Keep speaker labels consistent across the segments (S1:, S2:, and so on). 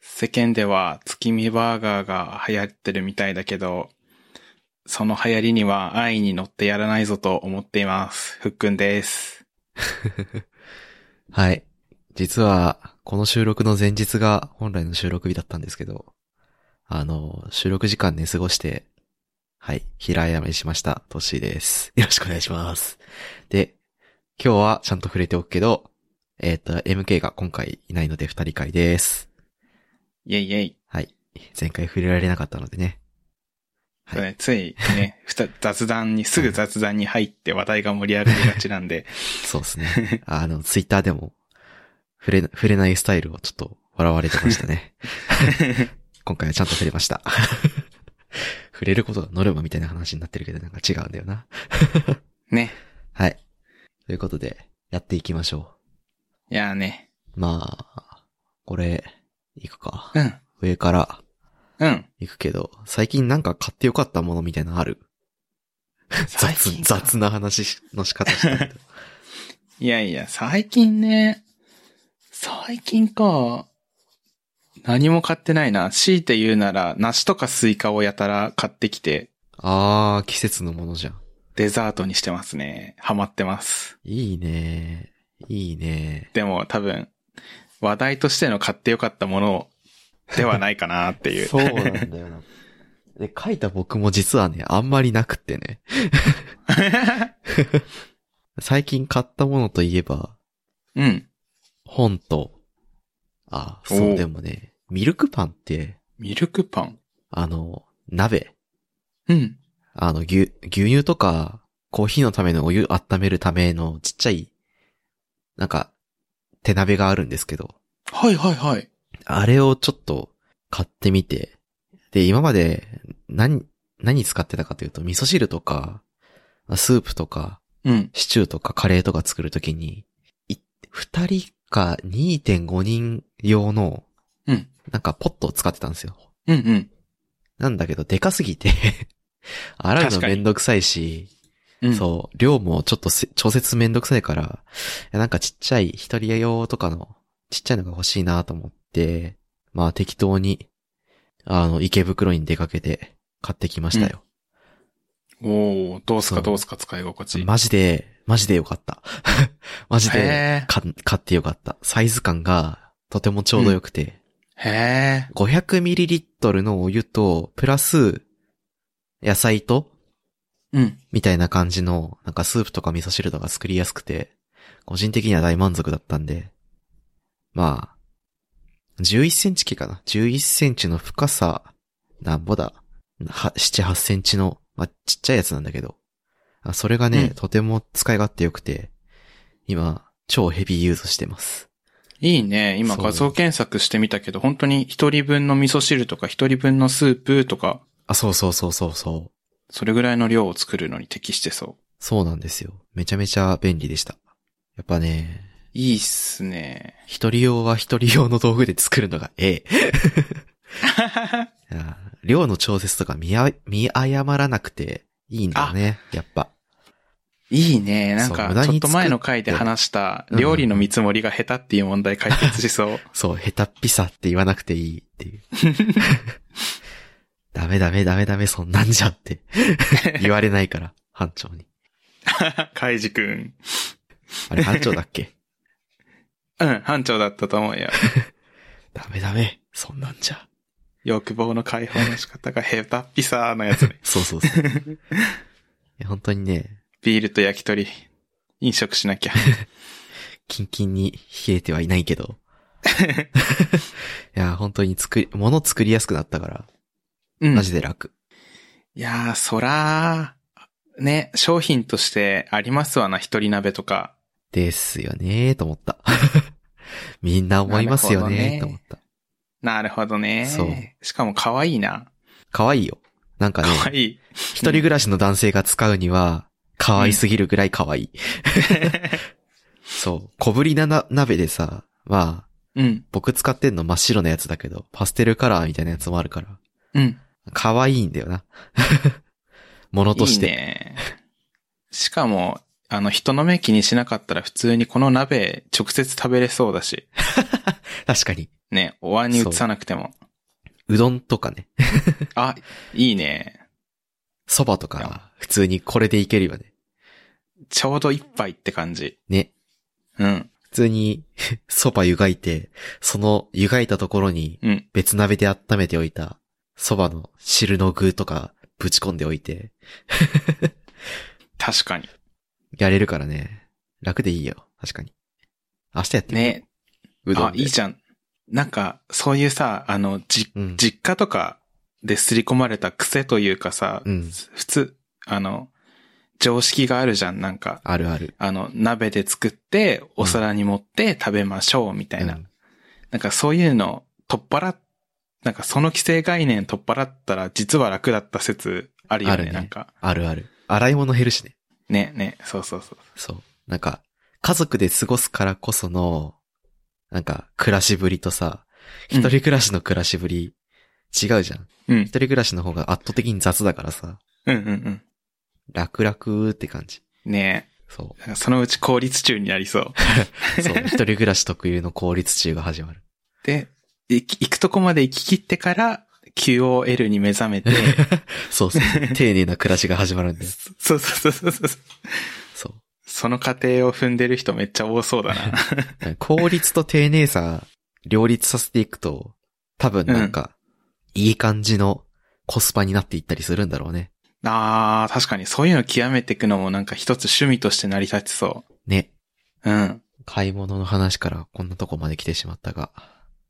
S1: 世間では月見バーガーが流行ってるみたいだけど、その流行りには安易に乗ってやらないぞと思っています。ふっくんです。
S2: はい。実は、この収録の前日が本来の収録日だったんですけど、あの、収録時間寝過ごして、はい、平謝りしました、トッシーです。よろしくお願いします。で、今日はちゃんと触れておくけど、えっ、と、MK が今回いないので二人会です。
S1: イェイイェイ。
S2: はい。前回触れられなかったのでね。はい
S1: そうねついね、 ふた雑談に、すぐ雑談に入って話題が盛り上がりがちなん で、
S2: そうですね。あの、ツイッターでも、触れ、触れないスタイルをちょっと笑われてまし たね。今回はちゃんと触れました。 触れることがノルマみたいな話になってるけどなんか違うんだよな。
S1: ね。
S2: はい。ということで、やっていきましょ
S1: いやーね。
S2: う。まあ、これ、いくか。
S1: うん。
S2: 上から
S1: うん。
S2: いくけど、最近なんか買ってよかったものみたいなのある
S1: 最
S2: 雑
S1: 近、か
S2: 雑な話しの仕方したけ ど。
S1: いやいや、最近ね、最近か、何も買ってないな。強いて言うなら、梨とかスイカをやたら買ってきて、
S2: あー、季節のものじゃん。
S1: デザートにしてますね。ハマってます。
S2: いいねいいね
S1: でも多分、話題としての買ってよかったものではないかなっていう。
S2: そうなんだよな。で、書いた僕も実はね、あんまりなくってね。最近買ったものといえば、
S1: うん。
S2: 本と、あ、そ
S1: おう
S2: う、でもね、ミルクパンって、
S1: ミルクパン。
S2: あの、鍋、
S1: うん。
S2: あの、牛、牛乳とか、コーヒーのためのお湯温めるためのちっちゃい、なんか、手鍋があるんですけど、
S1: はいはいはい。
S2: あれをちょっと買ってみて、で、今まで、何、何使ってたかというと、味噌汁とか、スープとか、
S1: うん。
S2: シチューとかカレーとか作るときに、い二人か2.5人用の、
S1: うん
S2: なんかポットを使ってたんですよ。
S1: うんうん
S2: なんだけど、でかすぎて、 洗うの
S1: 確かに
S2: めんどくさいし、
S1: うん。
S2: そう、量もちょっとせ調節めんどくさいから、いやなんかちっちゃい一人用とかの、ちっちゃいのが欲しいなと思って、まあ適当に、あの、池袋に出かけて買ってきましたよ。
S1: おー、どうす
S2: そ
S1: か
S2: う
S1: どうすか使い心地。
S2: マジで、マジでよかった。 マジで、
S1: へ
S2: か、買ってよかった。サイズ感がとてもちょうどよくて、
S1: ー。へ
S2: 500ml のお湯と、プラス、野菜と、
S1: ー。うん。
S2: みたいな感じの、なんかスープとか味噌汁とか作りやすくて、個人的には大満足だったんで、まあ、11センチ系かな。11センチの深さ、なんぼだ。は7、8センチの、まあ、ちっちゃいやつなんだけど。あそれがね、
S1: うん
S2: とても使い勝手良くて、今、超ヘビーユーズしてます。
S1: いいね。今
S2: そう
S1: 画像検索してみたけど、本当に一人分の味噌汁とか一人分のスープとか、
S2: あ、そうそうそうそうそう。
S1: それぐらいの量を作るのに適してそ
S2: そうなんですよ。めちゃめちゃ便利でした。やっぱね、
S1: う。いいっすね。
S2: 一人用は一人用の道具で作るのがええ。いや量の調節とか見あ見誤らなくていいんだよね。やっぱ。
S1: いいね。なん
S2: そう
S1: か
S2: 無駄、に
S1: ちょっと
S2: 作っ
S1: 前
S2: て
S1: の回で話した、料理の見積もりが下手っていう問題解決しそう。
S2: そう、下手っぴさって言わなくていいって いう。ダメダメダメダメそんなんじゃって言われないから、班長に。
S1: カイジくん。
S2: あれ班長だっけ
S1: うん、班長だったと思うよ。
S2: ダメダメ、そんなんじゃ。
S1: 欲望の解放の仕方が下手っぴさーのや つね
S2: そうそうそう。いや本当にね、
S1: ビールと焼き鳥、飲食しな きゃ。
S2: キンキンに冷えてはいない けど。いや、本当に作り、物作りやすくなったから、
S1: うん。
S2: マジで楽。
S1: いやー、そらー、ね、商品としてありますわな、一人鍋とか。
S2: ですよねーと思った。 みんな思いますよねーと思った。
S1: なるほどね。
S2: そう
S1: しかも可愛いな。
S2: 可愛いよ。なんかね、
S1: 可愛い。
S2: 一人暮らしの男性が使うには、可愛すぎるぐらい可愛い。そう。小ぶりなな鍋でさ、まあ、
S1: うん、
S2: 僕使ってんの真っ白なやつだけど、パステルカラーみたいなやつもあるから、
S1: うん。
S2: 可愛いんだよ な。ものとして。
S1: いいね。しかも、あの、人の目気にしなかったら普通にこの鍋直接食べれそうだし。
S2: 確かに。
S1: ね、お椀に移さなくても。
S2: うどんとかね、
S1: あ、いいね。
S2: 蕎麦と
S1: い
S2: か
S1: や、
S2: 普通にこれでいけるよね。
S1: ちょうど一杯って感じ。
S2: ね。
S1: うん。
S2: 普通に 蕎麦湯がいて、その湯がいたところに
S1: うん。
S2: 別鍋で温めておいた蕎麦の汁の具とかぶち込んでおいて、
S1: 確かに。
S2: やれるからね。楽でいいよ。確かに。明日やってみよ
S1: ね。
S2: う。うどん
S1: あ、
S2: で。
S1: いいじゃん。なんか、そういうさ、あの、じ、
S2: うん
S1: 実家とかですり込まれた癖というかさ、
S2: うん
S1: 普通、あの、常識があるじゃん。なんか、
S2: あるある。
S1: あの、鍋で作って、お皿に盛って食べましょう、みたいな。
S2: うん
S1: なんかそういうの、取っ払っ、なんかその規制概念取っ払ったら、実は楽だった説あるよね。
S2: あるね
S1: なんか、
S2: あるある。洗い物減るしね。
S1: ね、ね、そうそうそう。
S2: そう。なんか、家族で過ごすからこその、なんか、暮らしぶりとさ、
S1: うん
S2: 一人暮らしの暮らしぶり、違うじゃん。
S1: うん
S2: 一、人暮らしの方が圧倒的に雑だからさ、
S1: うんうん
S2: 楽々って感じ。
S1: うん。ね
S2: そ
S1: え、そのうち効率中になり そう。
S2: う。そう。一人暮らし特有の効率中が始まる。
S1: で、行き行くとこまで行き切ってから、QOL に目覚め て、
S2: そうそう。丁寧な暮らしが始まるんだよ。
S1: そうそうそうそうそう。
S2: そう。
S1: その過程を踏んでる人めっちゃ多そうだな。
S2: 効率と丁寧さ、両立させていくと、多分なんか、いい感じのコスパになっていったりするんだろうね。
S1: あー、確かにそういうの極めていくのもなんか一つ趣味として成り立ちそ
S2: ね。
S1: う。 うん。
S2: 買い物の話からこんなとこまで来てしまったが、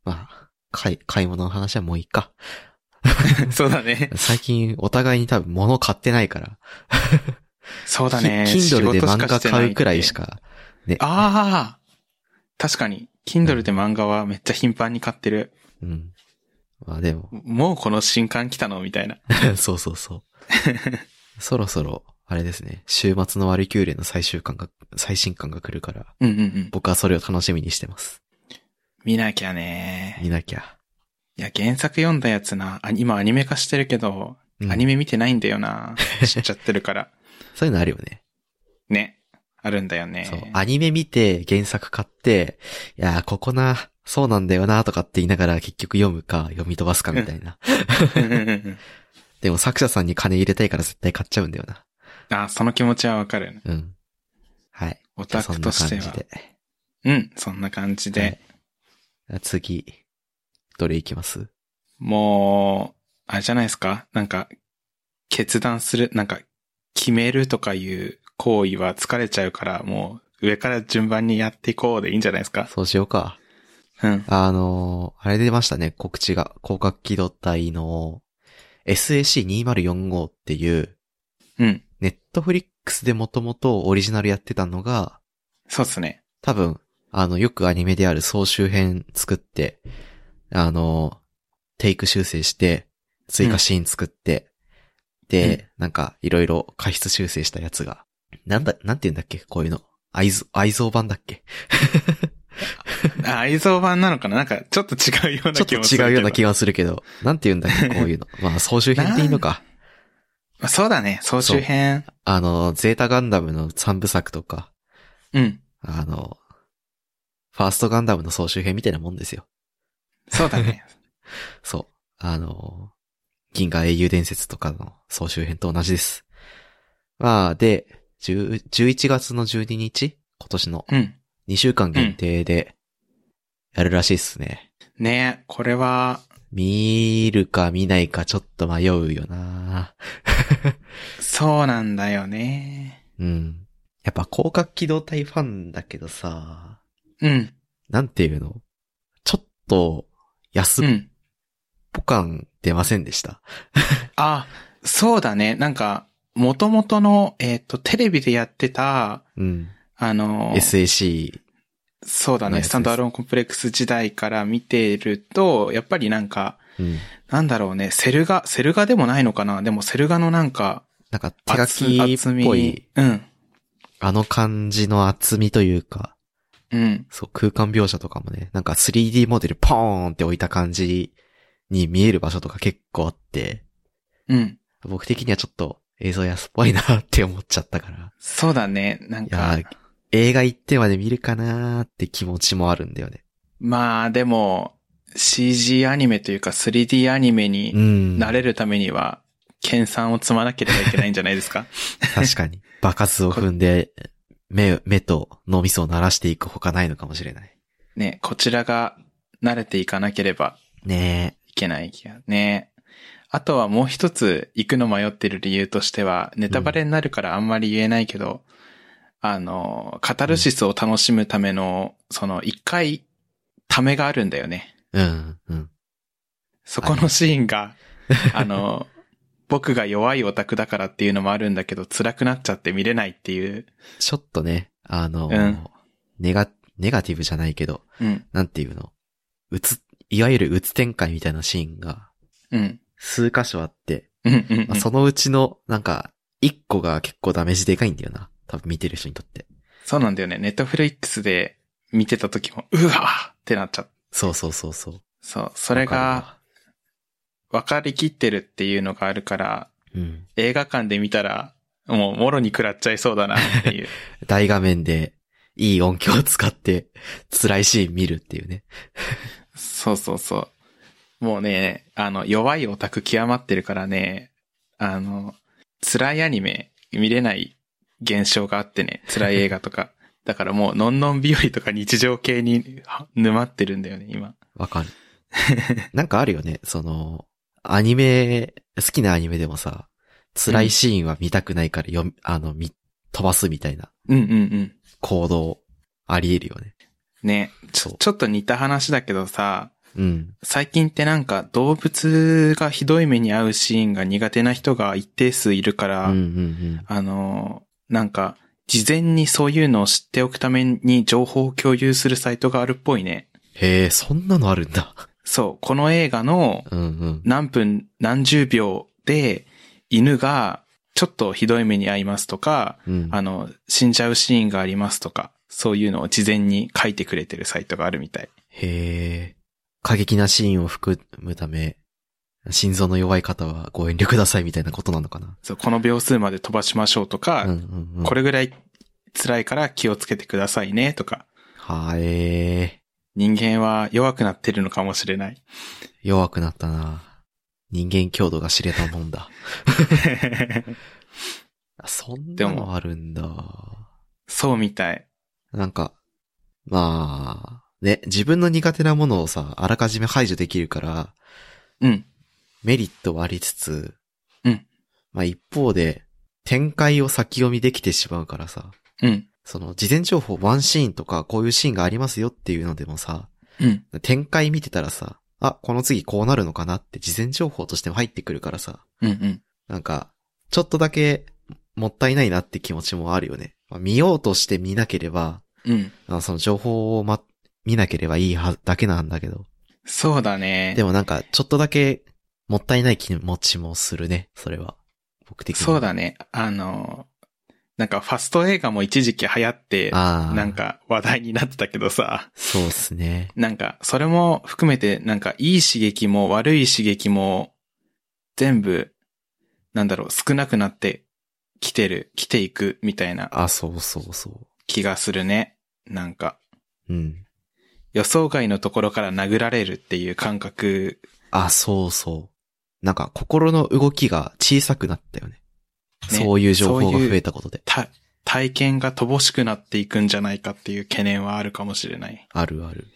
S2: まあ、買い、買い物の話はもういいか。
S1: そうだね。
S2: 最近お互いに多分物買ってないから、
S1: そうだ
S2: キ
S1: ね。
S2: Kindle で漫画
S1: 仕事しかしてな
S2: 買うくらい
S1: って
S2: し。か、
S1: ああ確かに、Kindle で漫画はめっちゃ頻繁に買ってる。
S2: うん。まあでも、
S1: もうこの新刊来たのみたいな。
S2: そうそ うそう。そろそろ、あれですね、週末のワルキューレの最終巻が、最新巻が来るから、
S1: うんうんうん。
S2: 僕はそれを楽しみにしてます。
S1: 見なきゃね。
S2: 見なきゃ。
S1: いや、原作読んだやつな、あ今アニメ化してるけど、アニ
S2: メ。
S1: メ見てないんだよな。知っちゃってる から。
S2: そういうのあるよね。
S1: ね。あるんだよね。
S2: そう。アニメ見て、原作買って、いやー、ここな、そうなんだよな、とかって言いながら結局読むか、読み飛ばすかみた いな。
S1: うんうんうん
S2: でも作者さんに金入れたいから絶対買っちゃうんだよな。
S1: あ、その気持ちはわかる。
S2: うん。はい。
S1: オ
S2: じゃ
S1: タ
S2: あそ
S1: ク
S2: ん
S1: と
S2: な
S1: し
S2: 感
S1: て
S2: じ
S1: は。
S2: で。
S1: うん、そんな感じで。
S2: はい次、どれいきます
S1: もう、あれじゃないですかなんか、決断する、なんか、決めるとかいう行為は疲れちゃうから、もう、上から順番にやっていこうでいいんじゃないですか
S2: そうしようか。
S1: うん。
S2: あのーあれ出ましたね、告知が。広角機動隊の SAC2045 っていう、
S1: うん。
S2: ネットフリックスでもともとオリジナルやってたのが、
S1: そうっすね。
S2: 多分、あの、よくアニメである総集編作って、あの、テイク修正して、追加シーン作って、で、
S1: うん
S2: なんか、いろいろ過失修正したやつが、なんだ、なんて言うんだっけこういうの。愛蔵、愛蔵版だっけ
S1: あ、愛蔵版なのかななんか、ちょっと違うよう
S2: ち
S1: な
S2: ょっ
S1: 気
S2: と
S1: もするけど。
S2: 違うような気がするけど、なんて言うんだっけこういうの。 まあ、総集編っていいのか。
S1: まあそうだね。総集編。
S2: あの、ゼータガンダムの3部作とか、
S1: うん。
S2: あの、ファーストガンダムの総集編みたいなもんですよ。
S1: そうだね。
S2: そう。あの、銀河英雄伝説とかの総集編と同じです。まあ、で、10 11月の12日今年の
S1: うん。
S2: 2週間限定で、やるらしいっすね。
S1: ねこれは、
S2: 見るか見ないかちょっと迷うよな
S1: そうなんだよね。
S2: うん。やっぱ広角機動隊ファンだけどさ、
S1: うん。
S2: なんていうのちょっと、安
S1: う
S2: っ
S1: ん。
S2: ぽ感出ませんでした。
S1: あ、そうだね。なんか、元々の、えっ、と、テレビでやってた、
S2: うん。
S1: あの、
S2: SAC。
S1: そうだ
S2: のや
S1: ね。
S2: つです
S1: スタンドアローンコンプレックス時代から見てると、やっぱりなんか、
S2: うん。
S1: なんだろうね、セルガ、セルガでもないのかなでもセルガのなんか、
S2: なんか手書き
S1: 厚
S2: っぽい。
S1: うん。
S2: あの感じの厚みというか、
S1: うん。
S2: そう、空間描写とかもね、なんか 3D モデルポーンって置いた感じに見える場所とか結構あって、
S1: うん。
S2: 僕的にはちょっと映像安っぽいなって思っちゃった から、
S1: そうだね。なんか
S2: いや、映画行ってまで見るかなーって気持ちもあるんだよね。
S1: まあでも、 CG アニメというか 3D アニメ
S2: う
S1: に
S2: ん。
S1: なれるためには、研鑽を積まなければいけないんじゃないです か
S2: 確かに。場数を踏んで、目、目と脳みそを鳴らしていくほかないのかもしれない。
S1: ね、こちらが慣れていかなければ
S2: ね
S1: いけない気がね。あとはもう一つ行くの迷ってる理由としては、ネタバレになるからあんまり言えないけど、あの、カタルシスを楽しむための、その一回、ためがあるんだよね。
S2: え。うん、うん。
S1: そこのシーンが、あの、僕が弱いオタクだからっていうのもあるんだけど、辛くなっちゃって見れないっていう。
S2: ちょっとね、あの、
S1: うん
S2: ネガ、ネガティブじゃないけど、
S1: うん、
S2: なんていうの。うつ、いわゆるうつ展開みたいなシーンが
S1: うん、
S2: 数箇所あって、
S1: うん、うん。
S2: まあ、そのうちの、なんか、一個が結構ダメージでかいんだよな。多分見てる人にとって。
S1: そうなんだよね。ネットフリックスで見てた時も、うわーってなっちゃった。
S2: そうそうそうそう。
S1: そう。それ
S2: わ
S1: が
S2: か
S1: 分かりきってるっていうのがあるから、
S2: るわ。うん。
S1: 映画館で見たら、もう、もろに食らっちゃいそうだなって いう。
S2: 大画面で、いい音響を使って、辛いシーン見るっていうね。
S1: そうそうそう。もうね、あの、弱いオタク極まってるからね、あの、辛いアニメ見れない現象があってね、辛い映画と か。だからもう、のんのん日和とか日常系には沼ってるんだよね、今。
S2: わかる。なんかあるよね、その、アニメ、好きなアニメでもさ、辛いシーンは見たくないからよ、あの、み、飛ばすみたいな
S1: うんうんうん。
S2: 行動、あり得るよね。
S1: ね、ち
S2: そ
S1: ょ
S2: う、
S1: ちょっと似た話だけどさ、
S2: うん。
S1: 最近ってなんか動物がひどい目に遭うシーンが苦手な人が一定数いるか
S2: う
S1: ら、
S2: んうんうん。
S1: あの、なんか、事前にそういうのを知っておくために情報を共有するサイトがあるっぽいね。
S2: へえ、そんなのあるんだ。
S1: そう、この映画の
S2: うんうん。
S1: 何分何十秒で犬がちょっとひどい目に遭いますとか、
S2: うん。
S1: あの、死んじゃうシーンがありますとか、そういうのを事前に書いてくれてるサイトがあるみたい。
S2: へえ。過激なシーンを含むため、心臓の弱い方はご遠慮くださいみたいなことなのかな。
S1: そう、この秒数まで飛ばしましょうとか、
S2: うんうんうん。
S1: これぐらい辛いから気をつけてくださいねとか、
S2: はえ
S1: 人間は弱くなってるのかもしれない。
S2: ー、弱くなったな。人間強度が知れたもんだ。あそんな
S1: で
S2: の
S1: も
S2: あるんだ。
S1: そうみたい。
S2: なんか、まあ、ね、自分の苦手なものをさ、あらかじめ排除できるから、
S1: うん。
S2: メリットはありつつ、
S1: うん。
S2: まあ一方で、展開を先読みできてしまうからさ、
S1: うん。
S2: その事前情報ワンシーンとかこういうシーンがありますよっていうのでもさ、
S1: うん。
S2: 展開見てたらさ、あ、この次こうなるのかなって事前情報としても入ってくるからさ、
S1: うん。うん。
S2: なんか、ちょっとだけもったいないなって気持ちもあるよね。まあ見ようとして見なければ、
S1: うん。
S2: あのその情報をま、見なければいいは、だけなんだけど。
S1: そうだね。
S2: でもなんか、ちょっとだけ、もったいない気持ちもするね、それは。僕的に。
S1: そう。だね。あの、なんかファスト映画も一時期流行って、
S2: ああ。
S1: なん。か話題になってたけどさ、
S2: そうっすね。
S1: なんかそれも含めて、なんかいい刺激も悪い刺激も、全部、なんだろう、少なくなって、来てる、来ていくみたいな
S2: あ、そうそうそ
S1: 気がするね。なんか、
S2: う。うん。
S1: 予想外のところから殴られるっていう感覚、
S2: あ、そうそう。なんか、心の動きが小さくなったよね。
S1: ね
S2: そういう情報
S1: そ
S2: が
S1: ういう
S2: 増えたことで。
S1: た体験が乏しくなっていくんじゃないかっていう懸念はあるかもしれない。
S2: あるある。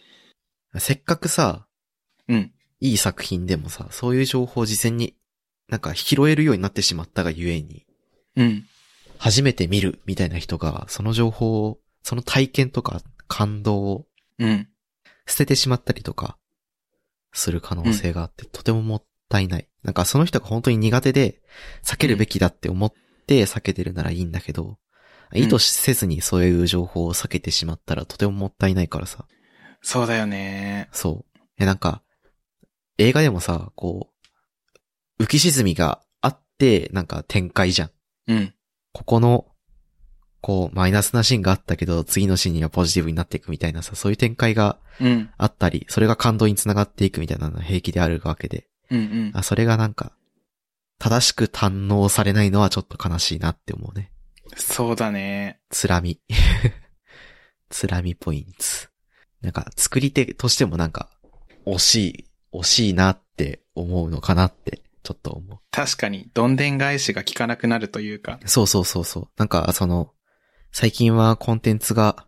S2: せっかくさ、
S1: うん。
S2: いい作品でもさ、そういう情報を事前に、なんか拾えるようになってしまったがゆえに、
S1: うん。
S2: 初めて見るみたいな人が、その情報を、その体験とか感動を
S1: うん。
S2: 捨ててしまったりとか、する可能性があって、とてももったいない。なんかその人が本当に苦手で、避けるべきだって思って避けてるならいいんだけど、
S1: ん
S2: 意図せずにそういう情報を避けてしまったらとてももったいないからさ。
S1: そうだよね。
S2: そう。え、なんか、映画でもさ、こう、浮き沈みがあって、なんか展開じゃん。
S1: うん。
S2: ここの、こう、マイナスなシーンがあったけど、次のシーンにはポジティブになっていくみたいなさ、そういう展開が
S1: うん。
S2: あったり、それが感動につながっていくみたいなのは平気であるわけで、
S1: うんうん。
S2: あ、それがなんか、正しく堪能されないのはちょっと悲しいなって思うね。
S1: そうだね。
S2: つらみ。 つらみポイント。なんか、作り手としてもなんか、惜しい、惜しいなって思うのかなって、ちょっと思
S1: 確かに、どんでん返しが効かなくなるというか、
S2: う。そうそうそうそう。なんか、その、最近はコンテンツが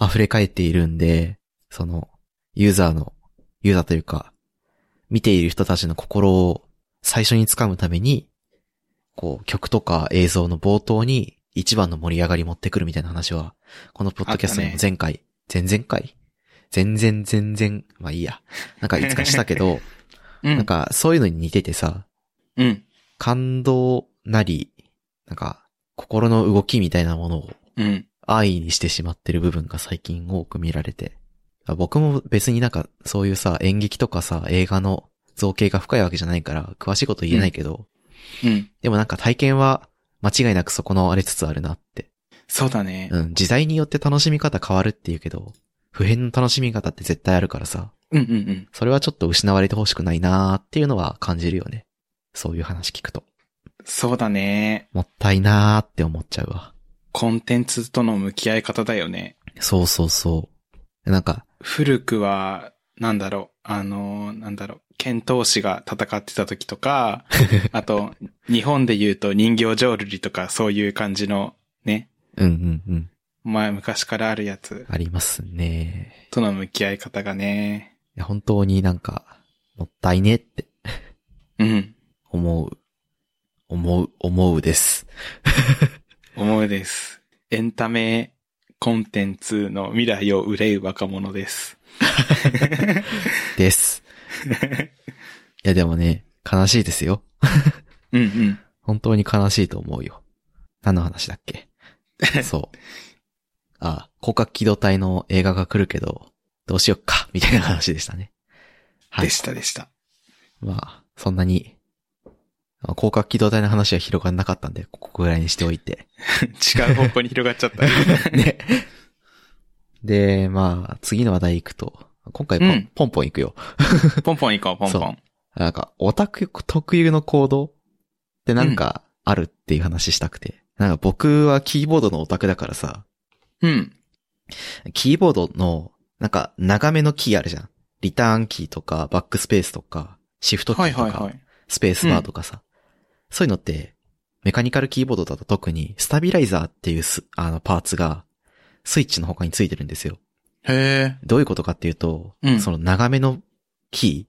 S2: 溢れ返っているんで、その、ユーザーの、ユーザーというか、見ている人たちの心を最初に掴むために、こう、曲とか映像の冒頭に一番の盛り上がり持ってくるみたいな話は、このポッドキャストに
S1: あ
S2: も
S1: った
S2: 前回、前々回全然全然、まあいいや。なんかいつかしたけど、
S1: うん。
S2: なんかそういうのに似ててさ、
S1: うん。
S2: 感動なり、なんか、心の動きみたいなものを
S1: うん。
S2: 安易にしてしまってる部分が最近多く見られて。僕も別になんかそういうさ、演劇とかさ、映画の造形が深いわけじゃないから、詳しいこと言えないけど、
S1: うん。
S2: でもなんか体験は間違いなくそこのあれつつあるなって。
S1: そうだね。
S2: うん、時代によって楽しみ方変わるっていうけど、普遍の楽しみ方って絶対あるからさ、
S1: うんうんうん。
S2: それはちょっと失われてほしくないなーっていうのは感じるよね。そういう話聞くと。
S1: そうだね。
S2: もったいなーって思っちゃうわ。
S1: コンテンツとの向き合い方だよね。
S2: そうそうそう。なんか、
S1: 古くは、なんだろう、あの、なんだろう、剣闘士が戦ってた時と か、あと、日本で言うと人形浄瑠璃とかそういう感じのね、
S2: うんうんうん。
S1: 前昔からあるやつ
S2: ありますね。
S1: との向き合い方がね、
S2: いや本当になんか、もったいねって
S1: うん、
S2: 思う。思う、思うです。
S1: 思うです。エンタメコンテンツの未来を憂う若者です。
S2: です。いやでもね、悲しいですよ。
S1: うんうん。
S2: 本当に悲しいと思うよ。何の話だっけそう。あ、広角機動隊の映画が来るけど、どうしよっか、みたいな話でしたね。は
S1: で
S2: い。
S1: したでした。
S2: まあ、そんなに、あ広角機動隊の話は広がんなかったんで、ここぐらいにしておいて。
S1: 違う方向に広がっちゃった。
S2: ね。で、まあ、次の話題行くと、今回ポ,、
S1: うん
S2: ポンポン行くよ。
S1: ポンポン行こう、ポンポ
S2: そ
S1: ン。
S2: なんか、オタク特有の行動ってなんかあるっていう話したくて。なんか僕はキーボードのオタクだからさ、
S1: うん。
S2: キーボードの、なんか長めのキーあるじゃん。リターンキーとか、バックスペースとか、シフトキ
S1: はい
S2: ーと
S1: はい
S2: か
S1: は、い。
S2: スペースバーとかさ。そういうのって、メカニカルキーボードだと特に、スタビライザーっていうすあのパーツが、スイッチの他についてるんですよ。
S1: へ
S2: どういうことかっていうと、
S1: うん
S2: その長めのキ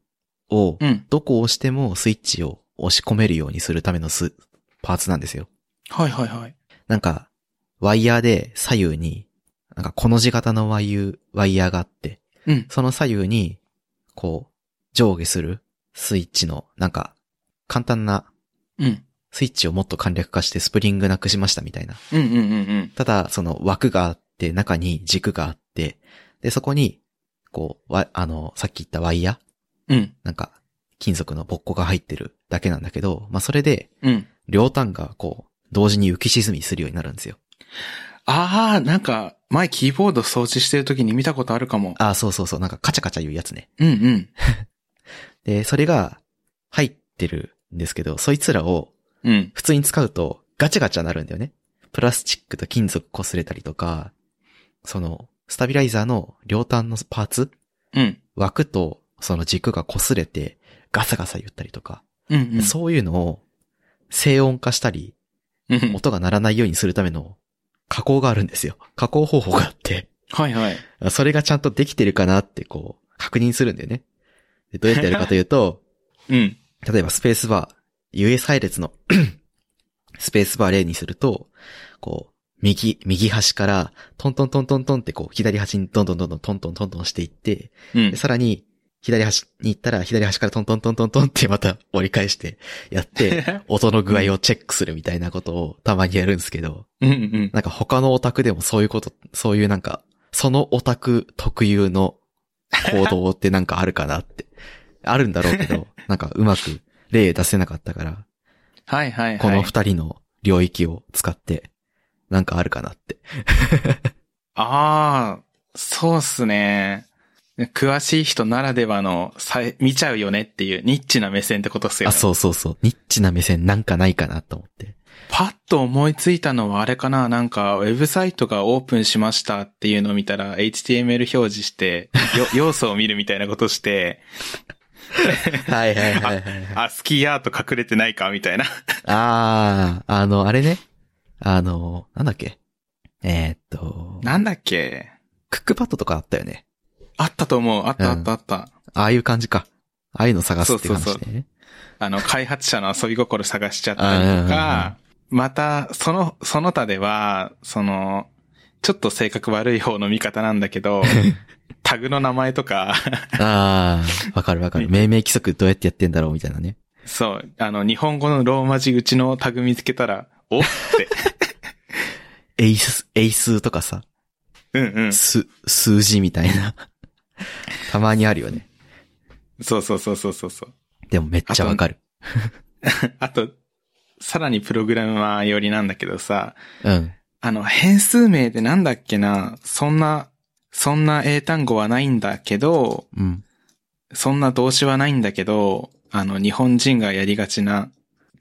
S2: ーを
S1: え。、うん。
S2: どこを押してもスイッチを押し込めるようにするためのス、パーツなんですよ。
S1: はいはいはい。
S2: なんか、ワイヤーで左右に、なんかこの字型のワイユワイヤーがあって、
S1: うん。
S2: その左右に、こう、上下するスイッチの、なんか、簡単な
S1: うん。
S2: スイッチをもっと簡略化してスプリングなくしましたみたいな。
S1: うんうんうんうん。
S2: ただ、その枠があって、中に軸があって、で、そこに、こう、わ、あの、さっき言ったワイヤ
S1: う
S2: ー
S1: ん。
S2: なんか、金属のボッコが入ってるだけなんだけど、まあ、それで、
S1: うん。
S2: 両端がこう、同時に浮き沈みするようになるんですよ。
S1: ああ、なんか、前キーボード掃除してる時に見たことあるかも。
S2: ああ、そうそうそう、なんかカチャカチャ言うやつね。
S1: うんうん。
S2: で、それが入ってるんですけど、そいつらを
S1: うん。
S2: 普通に使うとガチャガチャなるんだよね。プラスチックと金属擦れたりとか、その、スタビライザーの両端のパーツ、
S1: うん。
S2: 枠とその軸が擦れてガサガサ言ったりとか、
S1: うん、うん。
S2: そういうのを静音化したり、
S1: うん。
S2: 音が鳴らないようにするための加工があるんですよ。加工方法があって、
S1: はいはい。
S2: それがちゃんとできてるかなってこう、確認するんだよね。でどうやってやるかというと、
S1: うん。
S2: 例えばスペースバー、US 配列の スペースバー例にすると、こう、右、右端から、トントントントントンってこう、左端にどんどんどんどんトントントントンしていって、
S1: うん
S2: で。さらに、左端に行ったら、左端からトントントントントンってまた折り返してや って、音の具合をチェックするみたいなことをたまにやるんですけど、
S1: うんうん。
S2: なんか他のオタクでもそういうこと、そういうなんか、そのオタク特有の行動ってなんかあるかなって。 あるんだろうけど、なんかうまく例出せなかったから、
S1: はいはいはい。
S2: この二人の領域を使って、なんかあるかなって。
S1: ああ、そうっすね。詳しい人ならではの、さえ、見ちゃうよねっていうニッチな目線ってことっすよ
S2: あ、
S1: ね。
S2: そうそうそう。ニッチな目線なんかないかなと思って。
S1: パッと思いついたのはあれかななんか、ウェブサイトがオープンしましたっていうのを見たら、HTML 表示して、よ 要素を見るみたいなことして、
S2: はいはいはいはい、はい。
S1: あ、スキーアート隠れてないかみたいな。
S2: あー、あの、あれね。あの、なんだっけ。えー、っと、
S1: なんだっけ
S2: クックパッドとかあったよね。
S1: あったと思う。あったあ
S2: うん
S1: ったあった。
S2: ああいう感じか。ああいうの探すっていう話ね。
S1: そうそうあの、開発者の遊び心探しちゃった
S2: うん
S1: り
S2: うんう
S1: と
S2: ん
S1: か、また、その、その他では、その、ちょっと性格悪い方の味方なんだけ ど、タグの名前とか、
S2: ああ、わかるわかる。命名規則どうやってやってんだろうみたいなね。
S1: そう、あの、日本語のローマ字うちのタグ見つけたら、 おって。
S2: エイス、エイスとかさ、
S1: うんうん。
S2: す、数字みたいな。たまにあるよね。
S1: そうそうそうそうそうそう。
S2: でもめっちゃわかる。
S1: あと、さらにプログラマー寄りなんだけどさ、
S2: うん。
S1: あの、変数名でなんだっけな、そんな、そんな英単語はないんだけど、
S2: うん。
S1: そんな動詞はないんだけど、あの、日本人がやりがちな、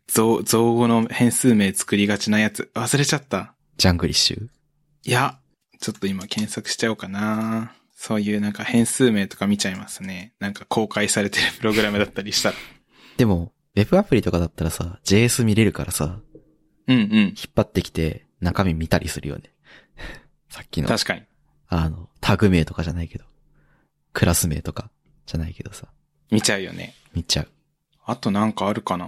S1: 造、造語の変数名作りがちなやつ、忘れちゃった。
S2: ジャングリッシュ。
S1: いや、ちょっと今検索しちゃおうかな。そういうなんか変数名とか見ちゃいますね。なんか公開されてる プログラムだったりしたら。
S2: でも、ウェブアプリとかだったらさ、JS 見れるからさ、
S1: うんうん。
S2: 引っ張ってきて中身見たりするよね。 さっきの、
S1: 確かに。
S2: あの、タグ名とかじゃないけど、クラス名とかじゃないけどさ、
S1: 見ちゃうよね。
S2: 見ちゃう。
S1: あとなんかあるかな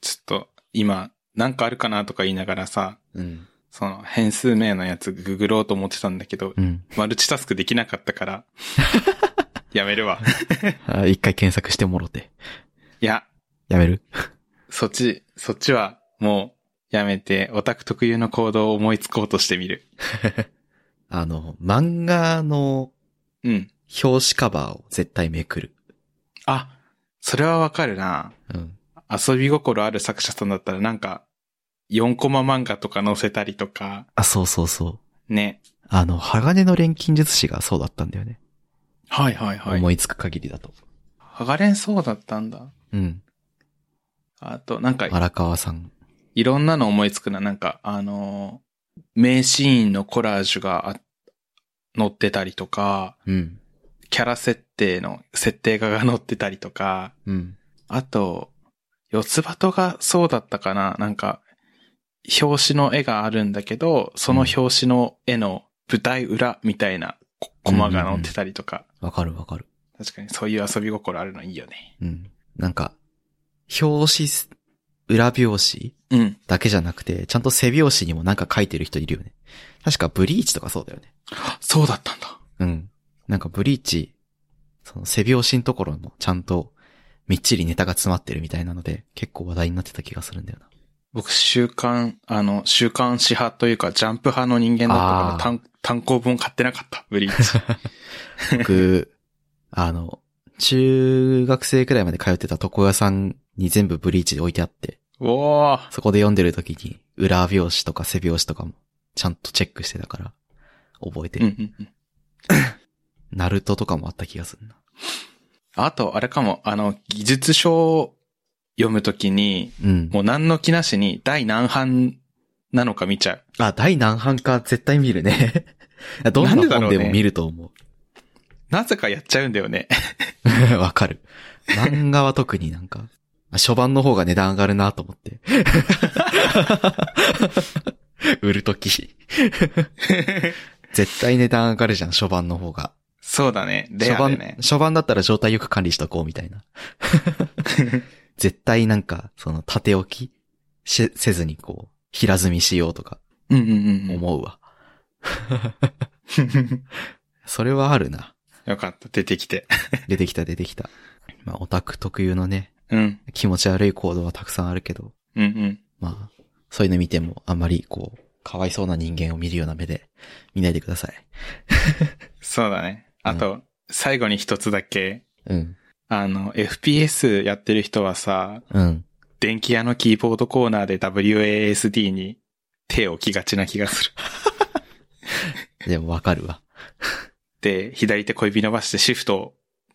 S1: ちょっと、今、なんかあるかなとか言いながらさ、
S2: うん。
S1: その変数名のやつググろうと思ってたんだけど、
S2: うん。
S1: マルチタスクできなかった から、やめるわ。
S2: あ一回検索してもろて。
S1: いや、
S2: やめる
S1: そっち、そっちはもうやめて、オタク特有の行動を思いつこうとしてみる。
S2: あの、漫画の
S1: うん。
S2: 表紙カバーを絶対めくる。
S1: あ、それはわかるな。
S2: うん。
S1: 遊び心ある作者さんだったらなんか、4コマ漫画とか載せたりとか、
S2: あ、そうそうそう。
S1: ね。
S2: あの、鋼の錬金術師がそうだったんだよね。
S1: はいはいはい。
S2: 思いつく限りだと。
S1: はがれんそうだったんだ。
S2: うん。
S1: あと、なんか、
S2: 荒川さん。
S1: いろんなの思いつくな。なんか、あのー名シーンのコラージュがあ載ってたりとか、
S2: うん。
S1: キャラ設定の設定画が載ってたりとか、
S2: うん。
S1: あと、四つ葉とがそうだったかななんか、表紙の絵があるんだけど、その表紙の絵の舞台裏みたいなこコマが載ってたりとか、
S2: わかるわかる。
S1: 確かにそういう遊び心あるのいいよね。
S2: うん。なんか、表紙す、裏表紙
S1: うん。
S2: だけじゃなくて、ちゃんと背表紙にもなんか書いてる人いるよね。確かブリーチとかそうだよね。
S1: あそうだったんだ。
S2: うん。なんかブリーチ、その背表紙のところもちゃんとみっちりネタが詰まってるみたいなので、結構話題になってた気がするんだよな。
S1: 僕、週刊、あの、週刊誌派というか、ジャンプ派の人間だったから
S2: あー
S1: 単、単行本買ってなかった、ブリー チ。
S2: 僕、 あの、中学生くらいまで通ってた床屋さんに全部ブリーチで置いてあって、
S1: おー、
S2: そこで読んでる時に裏表紙とか背表紙とかもちゃんとチェックしてたから、覚えて
S1: うんう
S2: る。
S1: んうん。
S2: ナルトとかもあった気がするな。
S1: あと、あれかも、あの、技術書を読むときに、
S2: うん。
S1: もう何の気なしに第何版なのか見ちゃう。
S2: あ、第何版か絶対見るね。 どん
S1: なんで
S2: な
S1: だろ
S2: 本
S1: う
S2: で
S1: ね
S2: も見ると思う。
S1: なぜかやっちゃうんだよね。
S2: わかる。漫画は特になんか、あ初版の方が値段上がるなと思って。 売るとき。絶対値段上がるじゃん、初版の方が。
S1: そうだね。レア
S2: 初
S1: だ
S2: 版、
S1: よね。
S2: 初版だったら状態よく管理しとこうみた いな。絶対なんか、その縦置きしせずにこう、平積みしようとか
S1: うんうんうん
S2: 思うわ。
S1: うん。
S2: それはあるな。
S1: よかった、出てきて。
S2: 出てきた出てきた。まあオタク特有のね、
S1: うん。
S2: 気持ち悪い行動はたくさんあるけど、
S1: うんうん。
S2: まあ、そういうの見てもあまりこう、かわいそうな人間を見るような目で見ないでください。
S1: そうだね。あと、最後に一つだけ。
S2: うん。
S1: あの、FPS やってる人はさ、
S2: うん。
S1: 電気屋のキーボードコーナーで WASD に 手を置きがちな気がする。
S2: でもわかるわ。
S1: て、左手小指伸ばしてシフト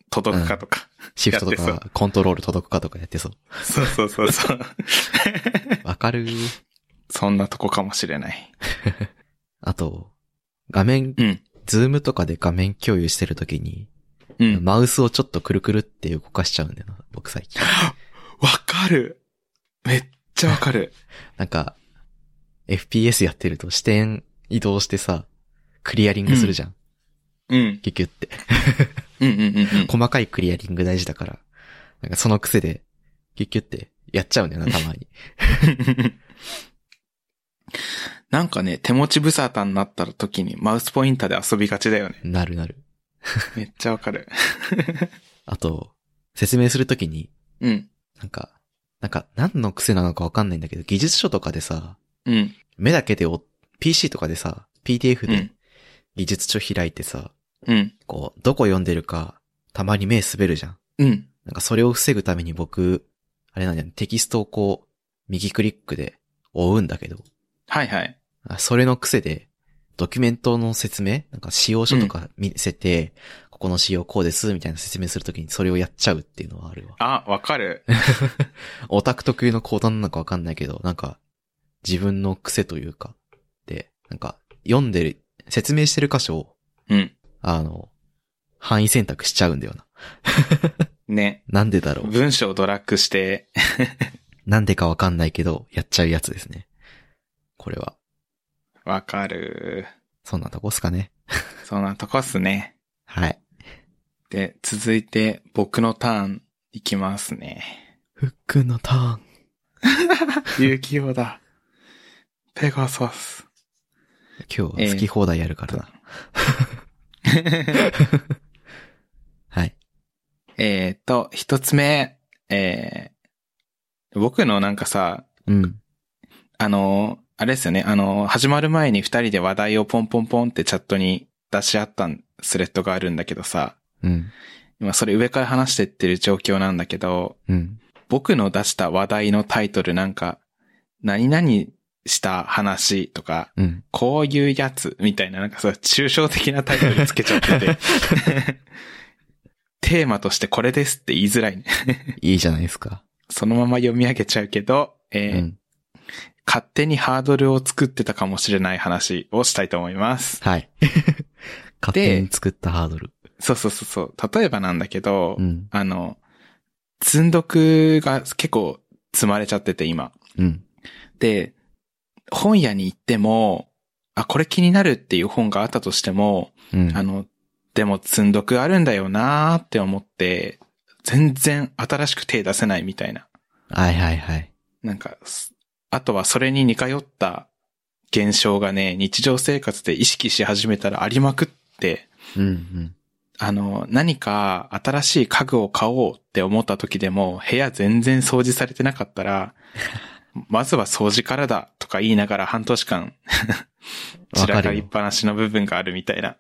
S1: 届くかとか。
S2: シフトと
S1: やって
S2: か、コントロール届くかとかやってそう。
S1: そうそうそうそう。
S2: わかる
S1: そんなとこかもしれない。
S2: あと、画面、
S1: うん
S2: ズームとかで画面共有してるときに、
S1: うん。
S2: マウスをちょっとくるくるって動かしちゃうんだよな、僕最近。
S1: わかるめっちゃわかる。
S2: なんか、FPS やってると視点移動してさ、クリアリングするじゃん。
S1: うん。
S2: キュキュって。
S1: うんうんうんうん。
S2: 細かいクリアリング大事だから。なんかその癖で、キュキュってやっちゃうんだ よな、たまに。
S1: なんかね、手持ち無沙汰になった時にマウスポインターで遊びがちだよね。
S2: なるなる。
S1: めっちゃわかる。
S2: あと、説明するときに、
S1: うん。
S2: なんか、なんか何の癖なのかわかんないんだけど、技術書とかでさ、
S1: うん。
S2: 目だけでお、PC とかでさ、PDF
S1: う
S2: で
S1: ん。
S2: 技術書開いてさ、
S1: うん。
S2: こう、どこ読んでるか、たまに目滑るじゃん。
S1: うん。
S2: なんかそれを防ぐために僕、あれなんだよね、テキストをこう、右クリックで追うんだけど、
S1: はいはい。
S2: あそれの癖で、ドキュメントの説明なんか使用書とか見せて、ここの使用こうです、みたいな説明するときにそれをやっちゃうっていうのはあるわ。
S1: あ、わかる。
S2: オタク特有の行動なのかわかんないけど、なんか、自分の癖というか、で、なんか、読んでる、説明してる箇所を、
S1: うん。
S2: あの、範囲選択しちゃうんだよな。
S1: ね。
S2: なんでだろう。
S1: 文章をドラッグして、
S2: なんでかわかんないけど、やっちゃうやつですね。これは、
S1: わかる。
S2: そんなとこっすかね。
S1: そんなとこっすね。
S2: はい。
S1: で、続いて僕のターンいきますね。
S2: ふっくんのターン。
S1: 遊戯王だ。ペガサス。
S2: 今日は好き放題やるからな。 はい。
S1: えっと、一つ目、えー、僕のなんかさ、
S2: うん。
S1: あの、あれですよね、あの、始まる前に二人で話題をポンポンポンってチャットに出し合ったスレッドがあるんだけどさ、
S2: うん。
S1: 今それ上から話してってる状況なんだけど、
S2: うん。
S1: 僕の出した話題のタイトルなんか、何々した話とか、
S2: うん。
S1: こういうやつみたいな、なんかそう、抽象的なタイトルつけちゃって て。テーマとしてこれですって言いづらいね。
S2: いいじゃないですか。
S1: そのまま読み上げちゃうけど、え
S2: う
S1: ー
S2: ん。
S1: 勝手にハードルを作ってたかもしれない話をしたいと思います。
S2: はい。勝手に作ったハードル。
S1: そうそうそうそう。例えばなんだけど、
S2: うん。
S1: あの、積んどくが結構積まれちゃってて今。
S2: うん。
S1: で、本屋に行っても、あ、これ気になるっていう本があったとしても、
S2: うん。
S1: あの、でも積んどくあるんだよなーって思って、全然新しく手出せないみたいな。
S2: はいはいはい。
S1: なんか、すあとはそれに似通った現象がね、日常生活で意識し始めたらありまくって、
S2: うんうん。
S1: あの、何か新しい家具を買おうって思った時でも、部屋全然掃除されてなかった ら、まずは掃除からだとか言いながら半年 間、
S2: わ
S1: 散らか
S2: か
S1: り
S2: る
S1: っ
S2: よ。
S1: ぱなしの部分があるみたいな。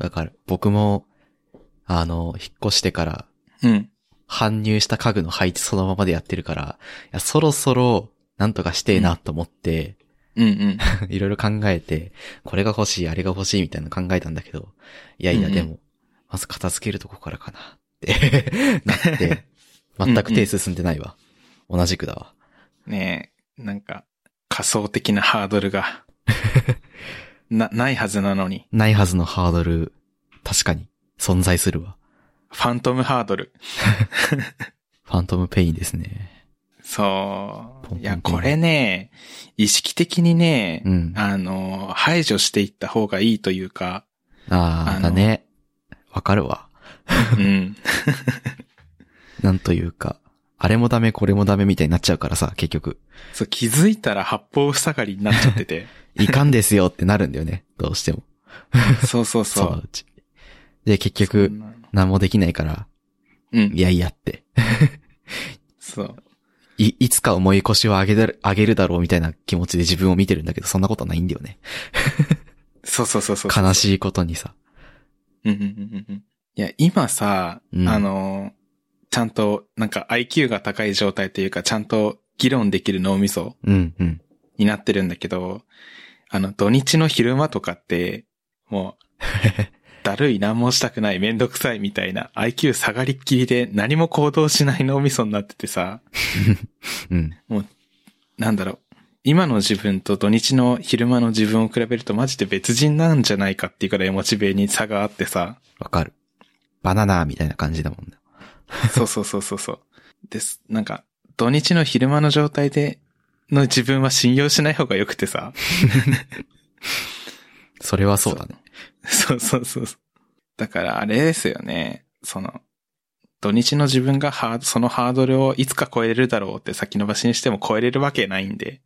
S2: わかる。僕も、あの、引っ越してから、
S1: うん。
S2: 搬入した家具の配置そのままでやってるから、いやそろそろ、なんとかしてえなと思って、
S1: うんうん。
S2: いろいろ考えて、これが欲しい、あれが欲しいみたいなの考えたんだけど、いやいや、
S1: うんうん
S2: でも、まず片付けるとこからかな、って なって、全く手進んでないわ。同じくだわ。
S1: ねえ、なんか、仮想的なハードル が、な、ないはずなのに、
S2: ないはずのハードル、確かに、存在するわ。
S1: ファントムハードル。
S2: ファントムペインですね。
S1: そう。いや、
S2: ポンポンポン
S1: これね、意識的にね
S2: う、ん。
S1: あの、排除していった方がいいというか、
S2: あ
S1: あ
S2: あ、
S1: の
S2: だね。わかるわ。
S1: うん。
S2: なんというか、あれもダメ、これもダメみたいになっちゃうからさ、結局。
S1: そう、気づいたら八方塞がりになっちゃって て。
S2: いかんですよってなるんだよね。どうしても。
S1: そうそうそ
S2: その
S1: う。
S2: うち。で、結
S1: そん
S2: 局、
S1: なの
S2: 何もできないから、
S1: うん
S2: い。やいやって。
S1: そう。
S2: い、いつか重い腰を上げる、上げるだろうみたいな気持ちで自分を見てるんだけど、そんなことはないんだよね。
S1: そうそうそうそう。
S2: 悲しいことにさ。
S1: うんうんうんうんいや、今さ、
S2: うん
S1: あの、ちゃんと、なんか IQ が高い状態というか、ちゃんと議論できる脳みそ
S2: うん、うん。
S1: にな ってるんだけど、あの、土日の昼間とかって、もう、だるい、何もしたくない、めんどくさいみたいな IQ 下がりっきりで何も行動しない脳みそになっててさ、
S2: うん。
S1: なんだろう、今の自分と土日の昼間の自分を比べるとマジで別人なんじゃないかっていうくらいモチベに差があって さ、
S2: わかる。バナナみたいな感じだもんね。
S1: そうそうそうそうそう。です。なんか、土日の昼間の状態で、の自分は信用しない方が良くてさ。
S2: それはそうだね。
S1: そうそうそうそう。だから、あれですよね。その、土日の自分がハード、そのハードルをいつか超えれるだろうって先延ばしにしても超えれるわけないんで。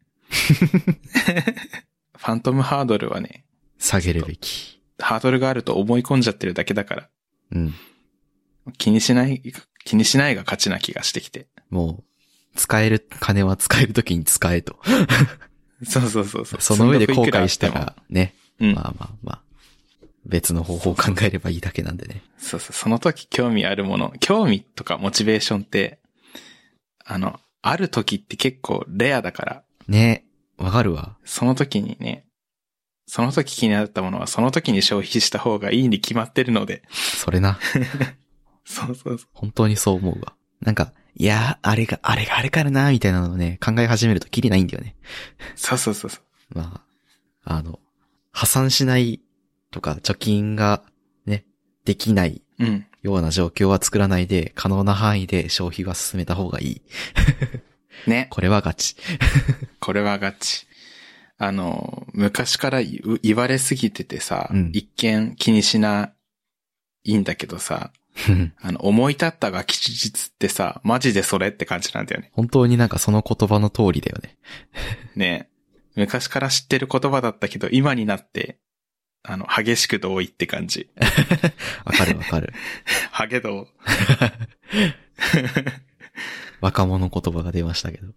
S1: ファントムハードルはね、
S2: 下げるべき。
S1: ハードルがあると思い込んじゃってるだけだから、
S2: うん。
S1: 気にしない、気にしないが勝ちな気がしてきて。
S2: もう、使える、金は使えるときに使えと。
S1: そうそうそうそう。
S2: その上で後
S1: いくらあ
S2: 悔
S1: っ
S2: してた
S1: も
S2: ら、ね。
S1: うん。
S2: まあまあまあ。別の方法を考えればいいだけなんでね。
S1: そうそう、その時興味あるもの、興味とかモチベーションって、あの、ある時って結構レアだから、
S2: ね。わかるわ。
S1: その時にね、その時気になったものはその時に消費した方がいいに決まってるので、
S2: それな。
S1: そうそうそ
S2: 本当にそう思うわ。なんか、いやー、あれが、あれがあれからな、みたいなのをね、考え始めるとキリないんだよね。
S1: う、そうそうそうそう、
S2: まあ、あの、破産しないとか、貯金がね、できない
S1: うん、
S2: ような状況は作らないで、可能な範囲で消費は進めた方がいい。
S1: ね、
S2: これはガチ。
S1: これはガチ。あの、昔から言う言われすぎててさ、
S2: うん
S1: 一見気にしないんだけどさ、あの、思い立ったが吉日ってさ、マジでそれって感じなんだよね。
S2: 本当になんかその言葉の通りだよね。
S1: ねえ、昔から知ってる言葉だったけど、今になって、あの、激しく同意って感じ。
S2: わかるわかる。
S1: ハゲ同。
S2: 若者言葉が出ましたけど。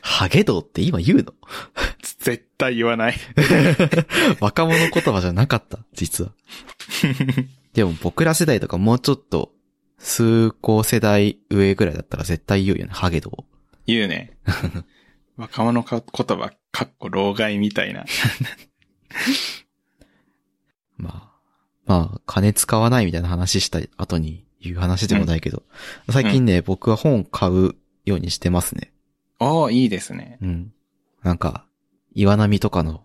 S2: ハゲドって今言うの
S1: 絶対言わない。
S2: 若者言葉じゃなかった、実は。でも僕ら世代とかもうちょっと、数個世代上ぐらいだったら絶対言うよね、ハゲドを。
S1: 言う ね。若者か言葉、かっこ老害みたいな。
S2: まあ、まあ、金使わないみたいな話した後に言う話でもないけど、最近ね、僕は本買うようにしてますね。
S1: おー、いいですね。
S2: うん。なんか、岩波とかの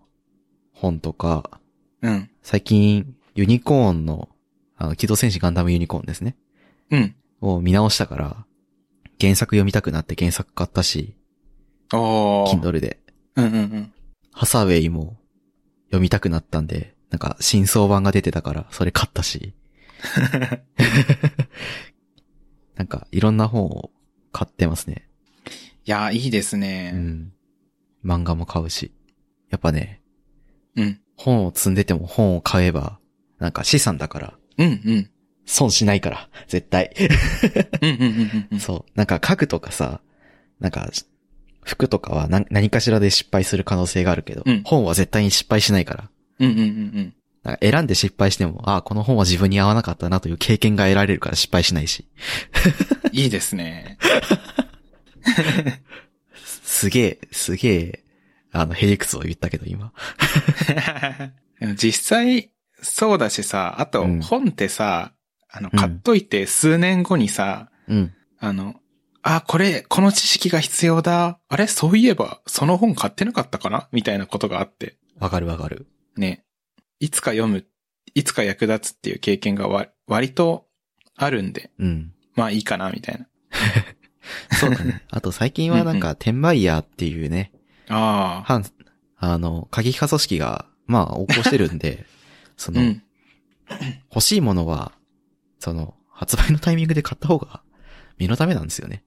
S2: 本とか、
S1: うん。
S2: 最近、ユニコーンの、あの、機動戦士ガンダムユニコーンですね。
S1: うん。
S2: を見直したから、原作読みたくなって原作買ったし、
S1: おー。
S2: Kindle で。
S1: うんうんうん。
S2: ハサウェイも読みたくなったんで、なんか、新装版が出てたから、それ買っ たし。なんか、いろんな本を買ってますね。
S1: いやー、いいです
S2: う
S1: ね。
S2: ん。漫画も買うし。やっぱね、
S1: うん。
S2: 本を積んでても本を買えば、なんか資産だから、
S1: うんうん。
S2: 損しないから、絶対。
S1: うんうんうんうんうん。
S2: そう。なんか家具とかさ、なんか、服とかは何何かしらで失敗する可能性があるけど、
S1: うん
S2: 本は絶対に失敗しないから。
S1: うんうんうんうん。
S2: なんか選んで失敗しても、ああ、この本は自分に合わなかったなという経験が得られるから失敗しないし。
S1: いいですね。
S2: すすげえ、すげえ、あの、へりくつを言ったけど今。
S1: でも実際、そうだしさ、あと
S2: うん
S1: 本ってさ、あの、
S2: うん
S1: 買っといて数年後にさ、
S2: うん。
S1: あの、あ、これ、この知識が必要だ。あれ、そういえば、その本買ってなかったかなみたいなことがあって。
S2: わかるわかる。
S1: ね。いつか読む、いつか役立つっていう経験がわ割とあるんで、
S2: うん。
S1: まあいいかな、みたいな。
S2: そうだね。 あと最近はなんか、テンバイヤーっていうね、
S1: ああ。
S2: 反、あの、過激派組織が、まあ、横行してるん で、そうの、
S1: ん。
S2: 欲しいものは、その、発売のタイミングで買った方が、身のためなんですよね。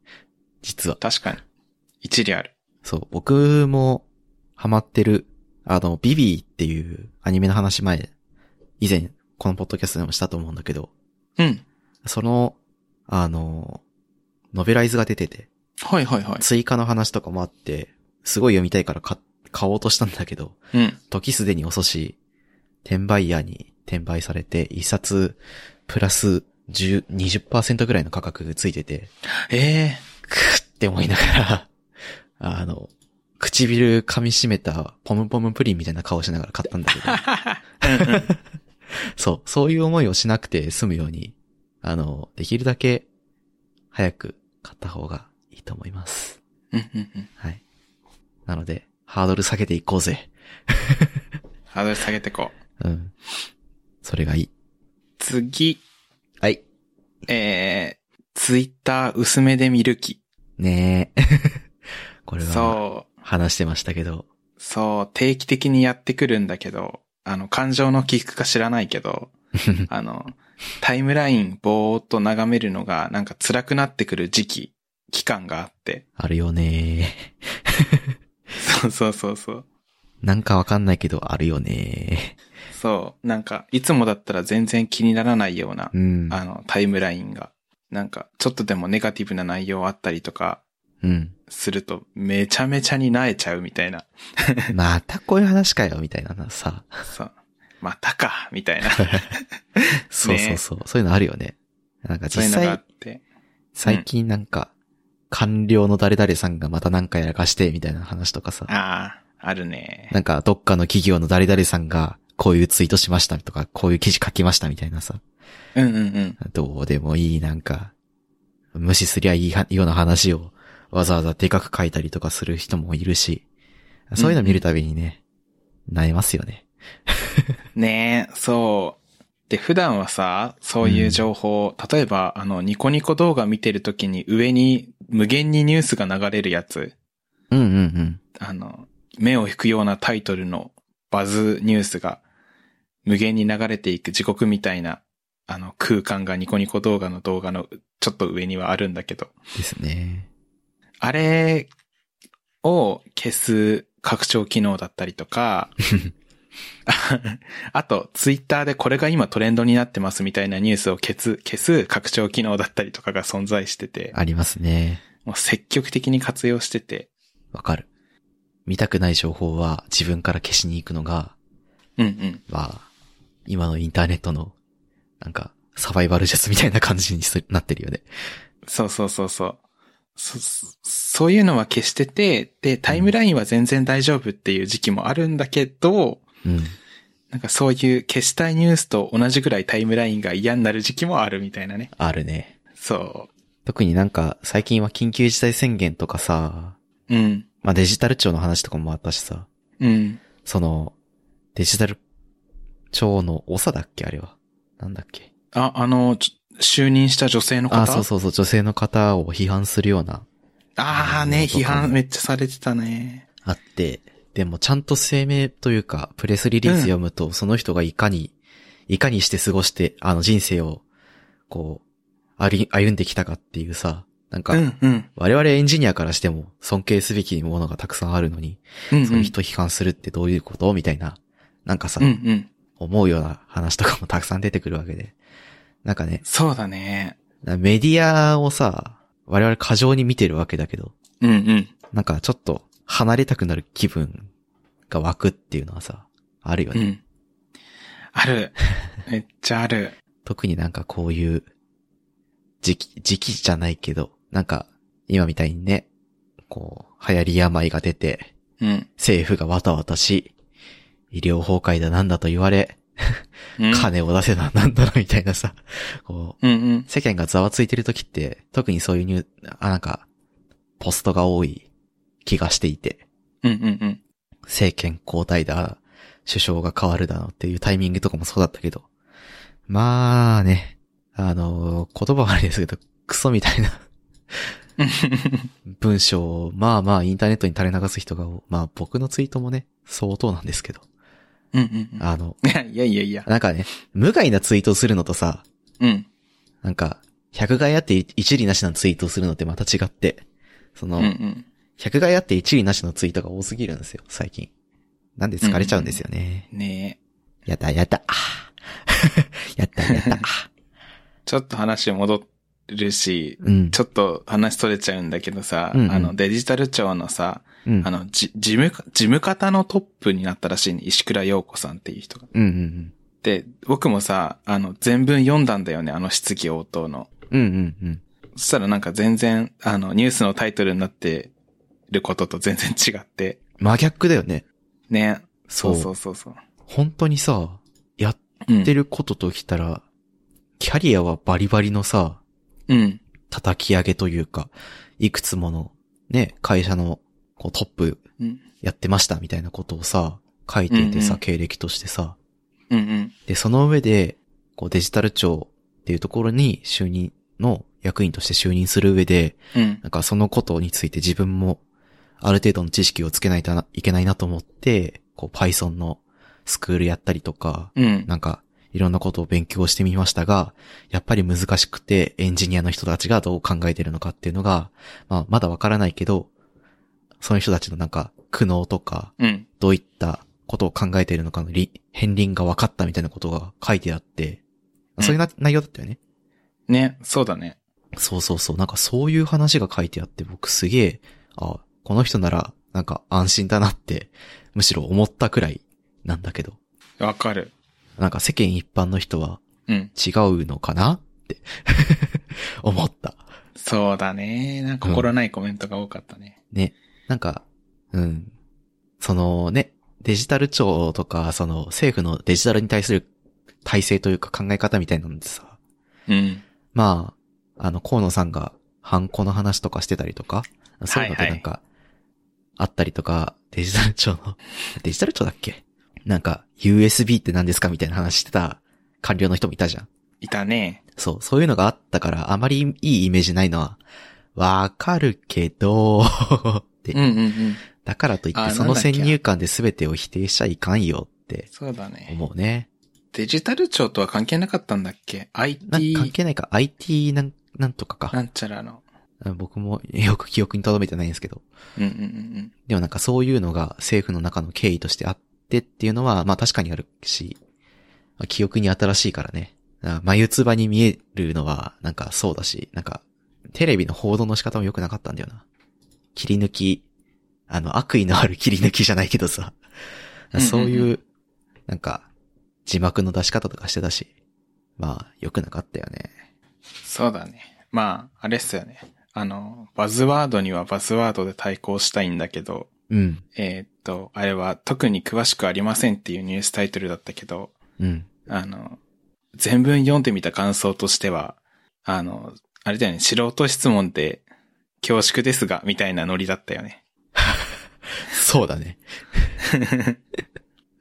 S2: 実は。
S1: 確かに。一理ある。
S2: そう、僕も、ハマってる、あの、ビビーっていうアニメの話前、以前、このポッドキャストでもしたと思うんだけど、
S1: うん。
S2: その、あの、ノベライズが出てて、
S1: はいはいはい。
S2: 追加の話とかもあって、すごい読みたいから買、買おうとしたんだけど、
S1: うん。
S2: 時すでに遅し、転売屋に転売されて、一冊、プラス10、20%ぐらいの価格がついてて、
S1: ええ
S2: くーって思いながら、あの、唇噛み締めたポムポムプリンみたいな顔しながら買ったんだけど、
S1: ー。うんうん
S2: そう、そういう思いをしなくて済むように、あの、できるだけ早く買った方がいいと思います。
S1: うんうんうん。
S2: はい。なので、ハードル下げていこうぜ。
S1: ハードル下げてこう。
S2: うん。それがいい。
S1: 次、
S2: はい。
S1: えー、ツイッター薄めで見る気。
S2: ねえ。 これは、
S1: そう。
S2: 話してましたけど。
S1: そう、定期的にやってくるんだけど、あの、感情の起伏か知らないけど、あの、タイムラインぼーっと眺めるのがなんか辛くなってくる時期、期間があって。
S2: あるよね
S1: そうそうそうそう。
S2: なんかわかんないけど、あるよね
S1: そう、なんか、いつもだったら全然気にならないような、
S2: うん。
S1: あの、タイムラインが、なんか、ちょっとでもネガティブな内容あったりとか
S2: うん。
S1: すると、めちゃめちゃに萎えちゃうみたい な。
S2: またこういう話かよ、みたいななさ。
S1: そう。またか、みたいな。
S2: そうそうそう。そういうのあるよね。なんか
S1: そ
S2: 実
S1: ういうのがあ
S2: 際
S1: っ、て。
S2: 最近なんか、官僚の誰々さんがまたなんかやらかして、みたいな話とかさ。
S1: ああ、あるね。
S2: なんか、どっかの企業の誰々さんが、こういうツイートしましたとか、こういう記事書きましたみたいなさ。
S1: うんうんうん。
S2: どうでもいい、なんか、無視すりゃいいはような話をわざわざでかく書いたりとかする人もいるし、そういうの見るたびにね、なえますよね。
S1: ねえ、そう。で、普段はさ、そういう情報、例えば、あの、ニコニコ動画見てるときに上に無限にニュースが流れるやつ、
S2: うんうんうん。
S1: あの、目を引くようなタイトルのバズニュースが無限に流れていく地獄みたいな、あの、空間がニコニコ動画の動画のちょっと上にはあるんだけど、
S2: ですね。
S1: あれを消す拡張機能だったりとか、あと、ツイッターでこれが今トレンドになってますみたいなニュースを消す、消す拡張機能だったりとかが存在してて、
S2: ありますね。
S1: もう積極的に活用してて、
S2: わかる。見たくない情報は自分から消しに行くのが、
S1: うんうん。
S2: まあ、今のインターネットの、なんか、サバイバル術みたいな感じにすなってるよね。
S1: そうそうそうそう。そ、そういうのは消してて、で、タイムラインは全然大丈夫っていう時期もあるんだけど、
S2: うん。
S1: なんかそういう消したいニュースと同じぐらいタイムラインが嫌になる時期もあるみたいなね。
S2: あるね。
S1: そ
S2: 特になんか、最近は緊急事態宣言とかさ、
S1: う。うん。
S2: まあデジタル庁の話とかもあったしさ、
S1: うん。
S2: その、デジタル庁の長だっけあれは。なんだっけ
S1: あ、あの、ちょ就任した女性の方
S2: あ、そうそうそう、女性の方を批判するような、
S1: ああ
S2: う
S1: ね、
S2: ん
S1: 批判めっちゃされてたね。
S2: あって、でもちゃんと声明というか、プレスリリース読むと、その人がいかに、いかにして過ごして、あの人生を、こう、歩い歩んできたかっていうさ、なんか、
S1: うんうん。
S2: 我々エンジニアからしても尊敬すべきものがたくさんあるのに、
S1: うんうん。
S2: そういう人批判するってどういうことみたいな、なんかさ、
S1: うんうん。
S2: 思うような話とかもたくさん出てくるわけで。なんかね、
S1: そうだね。
S2: なメディアをさ、我々過剰に見てるわけだけど、
S1: うんうん。
S2: なんかちょっと離れたくなる気分が湧くっていうのはさ、あるよ
S1: う
S2: ね。
S1: ん。ある。めっちゃある。
S2: 特になんかこういう時期、時期じゃないけど、なんか今みたいにね、こう、流行り病が出て、
S1: うん。
S2: 政府がわたわたし、医療崩壊だなんだと言われ、
S1: うん。
S2: 金を出せななんだろみたいなさ、こう、
S1: うんうん。
S2: 世間がざわついてる時って、特にそういうニュー、あ、なんか、ポストが多い気がしていて、
S1: うんうんうん。
S2: 政権交代だ、首相が変わるだのっていうタイミングとかもそうだったけど、まあね、あの言葉はあれですけど、クソみた いな文章を、まあまあインターネットに垂れ流す人が、まあ僕のツイートもね、相当なんですけど、
S1: うんうんうん。
S2: あの、
S1: いやいやいやいや。
S2: なんかね、無害なツイートするのとさ、
S1: うん。
S2: なんか、百害あって一理なしなツイートするのってまた違って、そ
S1: うん
S2: の
S1: う、ん。
S2: 百害あって一理なしのツイートが多すぎるんですよ、最近。なんで疲れちゃうんですよね。
S1: ねえ。
S2: やだやだ。あー やったやった。あー
S1: ちょっと話戻るし、
S2: うん。
S1: ちょっと話取れちゃうんだけどさ、
S2: うんうん
S1: あの、デジタル庁のさ、
S2: うん
S1: あの、じ、事務か、事務方のトップになったらしいね。石倉洋子さんっていう人が。
S2: うんうん
S1: で、僕もさ、あの、全文読んだんだよね、あの質疑応答の。
S2: うん。うんうんうん。
S1: そしたらなんか全然、あの、ニュースのタイトルになってること と全然違って。
S2: 真逆だよね。
S1: ね。
S2: そう
S1: そうそうそうそう。
S2: 本当にさ、やっ
S1: うん
S2: てることときたら、キャリアはバリバリのさ、
S1: うん。
S2: 叩き上げというか、いくつもの、ね、会社のこうトップ
S1: うん。
S2: やってましたみたいなことをさ、書いていてさ、
S1: うんうん
S2: 経歴としてさ。
S1: うんうん。
S2: で、その上で、こうデジタル庁っていうところに就任の役員として就任する上で、
S1: うん。
S2: なんかそのことについて自分もある程度の知識をつけないとないけないなと思って、こう Python のスクールやったりとか、
S1: うん。
S2: なんか、いろんなことを勉強してみましたが、やっぱり難しくてエンジニアの人たちがどう考えてるのかっていうのが、まあ、まだわからないけど、その人たちのなんか、苦悩とか、
S1: うん。
S2: どういったことを考えているのかのり片鱗が分かったみたいなことが書いてあって、
S1: うん
S2: そういうな内容だったよね。
S1: ね、そうだね。
S2: そうそうそう。なんかそういう話が書いてあって、僕すげえ、あ、この人なら、なんか安心だなって、むしろ思ったくらいなんだけど。
S1: わかる。
S2: なんか世間一般の人は、
S1: うん。
S2: 違うのかなって 思った。
S1: そうだね。なんか心ないコメントが多かったね。
S2: ね。なんか、うん。そのね、デジタル庁とか、その政府のデジタルに対する体制というか考え方みたいなのでさ、
S1: うん。
S2: まあ、あの、河野さんがハンコの話とかしてたりとか、そういうのってなんか、あったりとか、デジタル庁の、 デジタル庁だっけなんか、USB って何ですかみたいな話してた官僚の人もいたじゃん。
S1: いたね。
S2: そう、そういうのがあったから、あまりいいイメージないのは、わかるけど、って
S1: うんうんうん。
S2: だからといっ
S1: あ
S2: て、そ
S1: な
S2: の
S1: んだっけ
S2: 先入観で全てを否定しちゃいかんよって
S1: そうだね。
S2: 思うね。
S1: デジタル庁とは関係なかったんだっけ
S2: なん
S1: ?IT
S2: か関係ないか、IT なん、なんとか
S1: な
S2: か。
S1: んちゃらの。
S2: 僕もよく記憶に留めてないんですけど。
S1: うんうんうん
S2: でもなんかそういうのが政府の中の経緯としてあってっていうのは、まあ確かにあるし、まあ記憶に新しいからね。あ眉唾に見えるのはなんかそうだし、なんかテレビの報道の仕方も良くなかったんだよな。切り抜き、あの悪意のある切り抜きじゃないけどさ
S1: うんう、ん
S2: そういう、なんか字幕の出し方とかしてたし、まあ良くなかったよね。
S1: そうだね。まあ、あれっすよね。あの、バズワードにはバズワードで対抗したいんだけど、
S2: うん、
S1: えーっと、あれは特に詳しくありませんっていうニュースタイトルだったけど、
S2: うん、
S1: あの、全文読んでみた感想としては、あの、あれだよね、素人質問で恐縮ですが、みたいなノリだったよね。
S2: そうだ ね。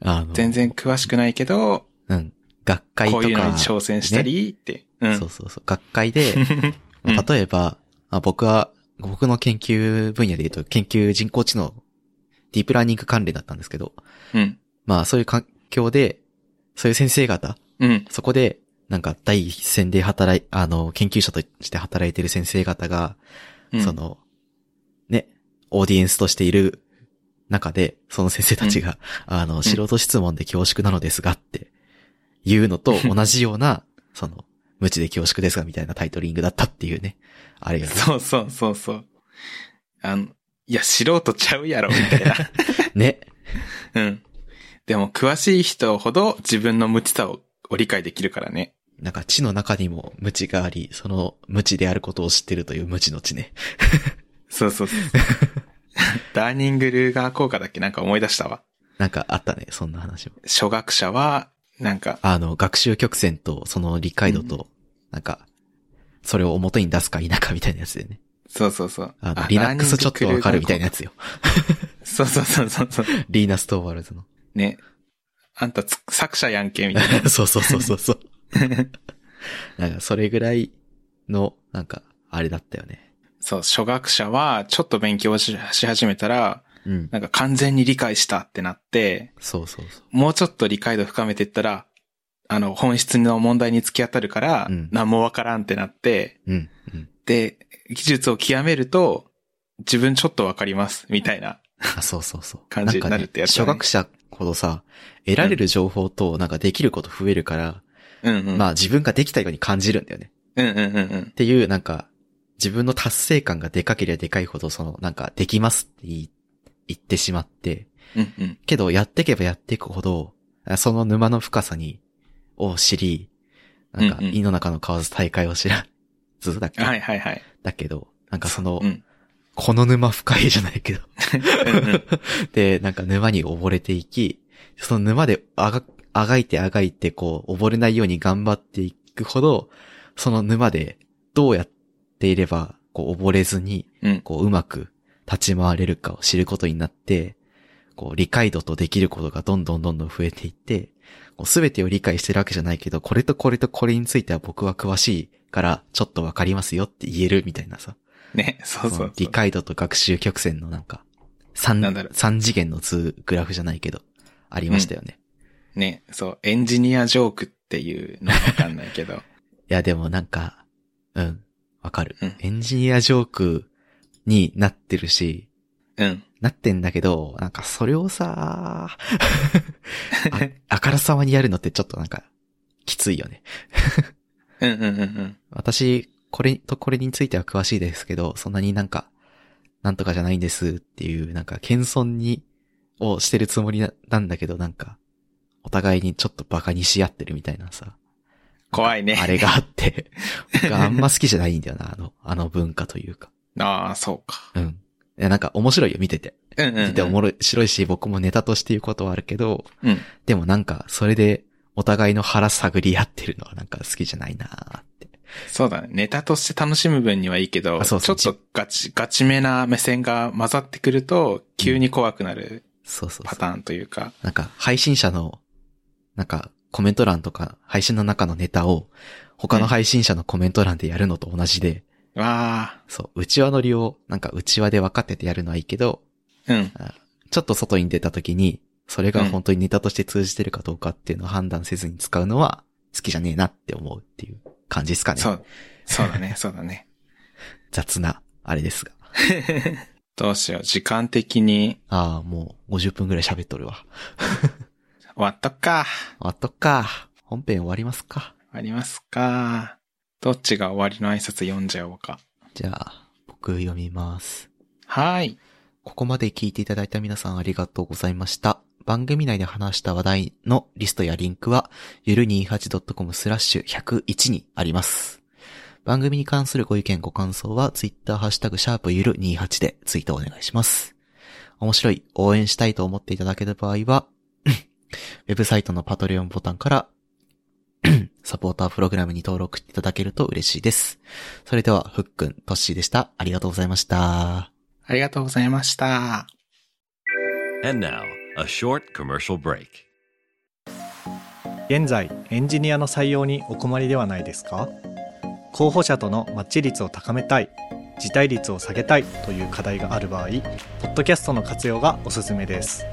S2: あの
S1: 全然詳しくないけど、
S2: うん。学会と
S1: こ
S2: か。
S1: ういうのに挑戦したりって。うん
S2: そうそうそう。学会で、まあ例えば、あ僕は、僕の研究分野で言うと、研究人工知能、ディープラーニング関連だったんですけど、
S1: うん。
S2: まあそういう環境で、そういう先生方、
S1: うん。
S2: そこで、なんか第一線で働い、あの、研究者として働いてる先生方が、
S1: うん。
S2: その、ね、オーディエンスとしている中で、その先生たちが、あの、素人質問で恐縮なのですがって、いうの と同じような、その、無知で恐縮ですがみたいなタイトリングだったっていうね。あれが
S1: そうそうそうそう。あの、いや、素人ちゃうやろ、みたい
S2: ね。
S1: な。うん。でも、詳しい人ほど自分の無知さを理解できるからね。
S2: なんか知の中にも無知があり、その無知であることを知ってるという無知の知ね。
S1: そうそう そう。ダーニング・ルーガー効果だっけなんか思い出したわ。
S2: なんかあったね、そんな話も。
S1: 初学者は、なんか、
S2: あの、学習曲線とその理解度と、なんか、それを表に出すか否かみたいなやつでね。
S1: そうそうそう。
S2: あの、リナックスちょっとわかるみたいなや
S1: つ。
S2: つよ。
S1: そうそうそうそうそう。
S2: リーナ・ストーワールズの。
S1: ね。あんたつ作者やんけ、みたい
S2: そうそうそうそ うそう。
S1: な。
S2: なんか、それぐらいの、なんか、あれだったよね。
S1: そう、初学者は、ちょっと勉強しし始めたら、
S2: うん。
S1: なんか完全に理解したってなって、
S2: そうそうそう。
S1: もうちょっと理解度深めていったら、あの、本質の問題に突き当たるから、
S2: うん
S1: 何もわからんってなって、
S2: うん。うん。
S1: で、技術を極めると、自分ちょっとわかります、みたいな。
S2: あ、そうそうそう。
S1: 感じになるってやつだ
S2: なん
S1: ね
S2: かね、初学者ほどさ、得られる情報と、なんかできること増えるから、
S1: うんうん。
S2: まあ自分ができたように感じるんだよね。
S1: うんうんうんうん
S2: っ。ていう、なんか、自分の達成感がでかけりゃでかいほど、その、なんか、できますって言い言ってしまって、
S1: うんうん。
S2: けど、やっていけばやっていくほど、あその沼の深さに、を知り、なんか、
S1: うんうん
S2: 井の中の蛙大会を知らずだっけ、
S1: はいはいはい。
S2: だけど、なんかその、
S1: うん。
S2: この沼深いじゃないけど。
S1: うんうん
S2: で、なんか沼に溺れていき、その沼であが、あがいてあがいて、こう、溺れないように頑張っていくほど、その沼で、どうやっていれば、こう、溺れずに、
S1: うん。
S2: こう、うまく立ち回れるかを知ることになって、こう、理解度とできることがどんどんどんどん増えていって、すべてを理解してるわけじゃないけど、これとこれとこれについては僕は詳しいから、ちょっとわかりますよって言えるみたいなさ。
S1: ね、そうそう
S2: そ
S1: そ
S2: の
S1: う。
S2: 理解度と学習曲線のなんか、
S1: なんだろ
S2: 三
S1: う、
S2: 三次元の図グラフじゃないけど、ありましたよね。
S1: ね、そう、エンジニアジョークっていうのわかんないけど。
S2: いや、でもなんか、うん、わかる、
S1: うん
S2: エンジニアジョークになってるし、
S1: うん。
S2: なってんだけど、なんかそれをさ、ああからさまにやるのってちょっとなんか、きついよね。
S1: うんうんうんうん。
S2: 私、これとこれについては詳しいですけど、そんなになんか、なんとかじゃないんですっていう、なんか、謙遜に、をしてるつもりななんだけど、なんか、お互いにちょっとバカにし合ってるみたいなさ、
S1: 怖いね。
S2: あれがあって、僕あんま好きじゃないんだよな、あの、あの文化というか。
S1: ああ、そうか。
S2: うん。いや、なんか面白いよ、見てて。
S1: うんうん、うん。
S2: 見てて面白いし、僕もネタとして言うことはあるけど、
S1: うん。
S2: でもなんか、それで、お互いの腹探り合ってるのはなんか好きじゃないなーって。
S1: そうだね。ネタとして楽しむ分にはいいけど、
S2: あそうそう
S1: ちょっとガチ、ガチめな目線が混ざってくると、急に怖くなる
S2: そうそうそ
S1: パ
S2: う。
S1: ターンというか。
S2: なんか、配信者の、なんか、コメント欄とか、配信の中のネタを、他の配信者のコメント欄でやるのと同じで、
S1: わ
S2: そう、内輪乗りを、なんか、内輪で分かっててやるのはいいけど、
S1: あ、うん。
S2: ちょっと外に出た時に、それが本当にネタとして通じてるかどうかっていうのを判断せずに使うのは、好きじゃねえなって思うっていう感じですかね。
S1: そう。そうだ ね、そうだね。
S2: 雑な、あれですが。
S1: どうしよう。時間的に
S2: ああ、もう50分くらい喋っとるわ。
S1: 終わっとくか。
S2: あとか。本編終わりますか。
S1: ありますか。どっちが終わりの挨拶読んじゃおうか。
S2: じゃあ、僕読みます。
S1: はい。
S2: ここまで聞いていただいた皆さんありがとうございました。番組内で話した話題のリストやリンクは、ゆる 28.com スラッシュ101にあります。番組に関するご意見ご感想は、ツイッターハッシュタグシャープゆる28でツイートお願いします。面白い、応援したいと思っていただける場合は、 ウェブサイトのパトレオンボタンから、 サポータープログラムに登録していただけると嬉しいです。それでは、ふっくん、とっしーでした。ありがとうございました。
S1: ありがとうございました。
S3: And now, a short commercial break.
S4: 現在エンジニアの採用にお困りではないですか候補者とのマッチ率を高めたい辞退率を下げたいという課題がある場合ポッドキャストの活用がおすすめです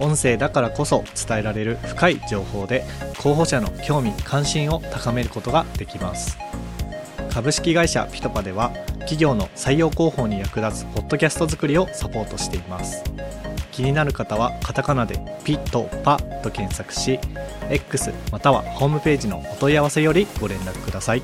S4: 音声だからこそ伝えられる深い情報で候補者の興味関心を高めることができます株式会社ピトパでは企業の採用広報に役立つポッドキャスト作りをサポートしています気になる方はカタカナでピトパと検索し X またはホームページのお問い合わせよりご連絡ください。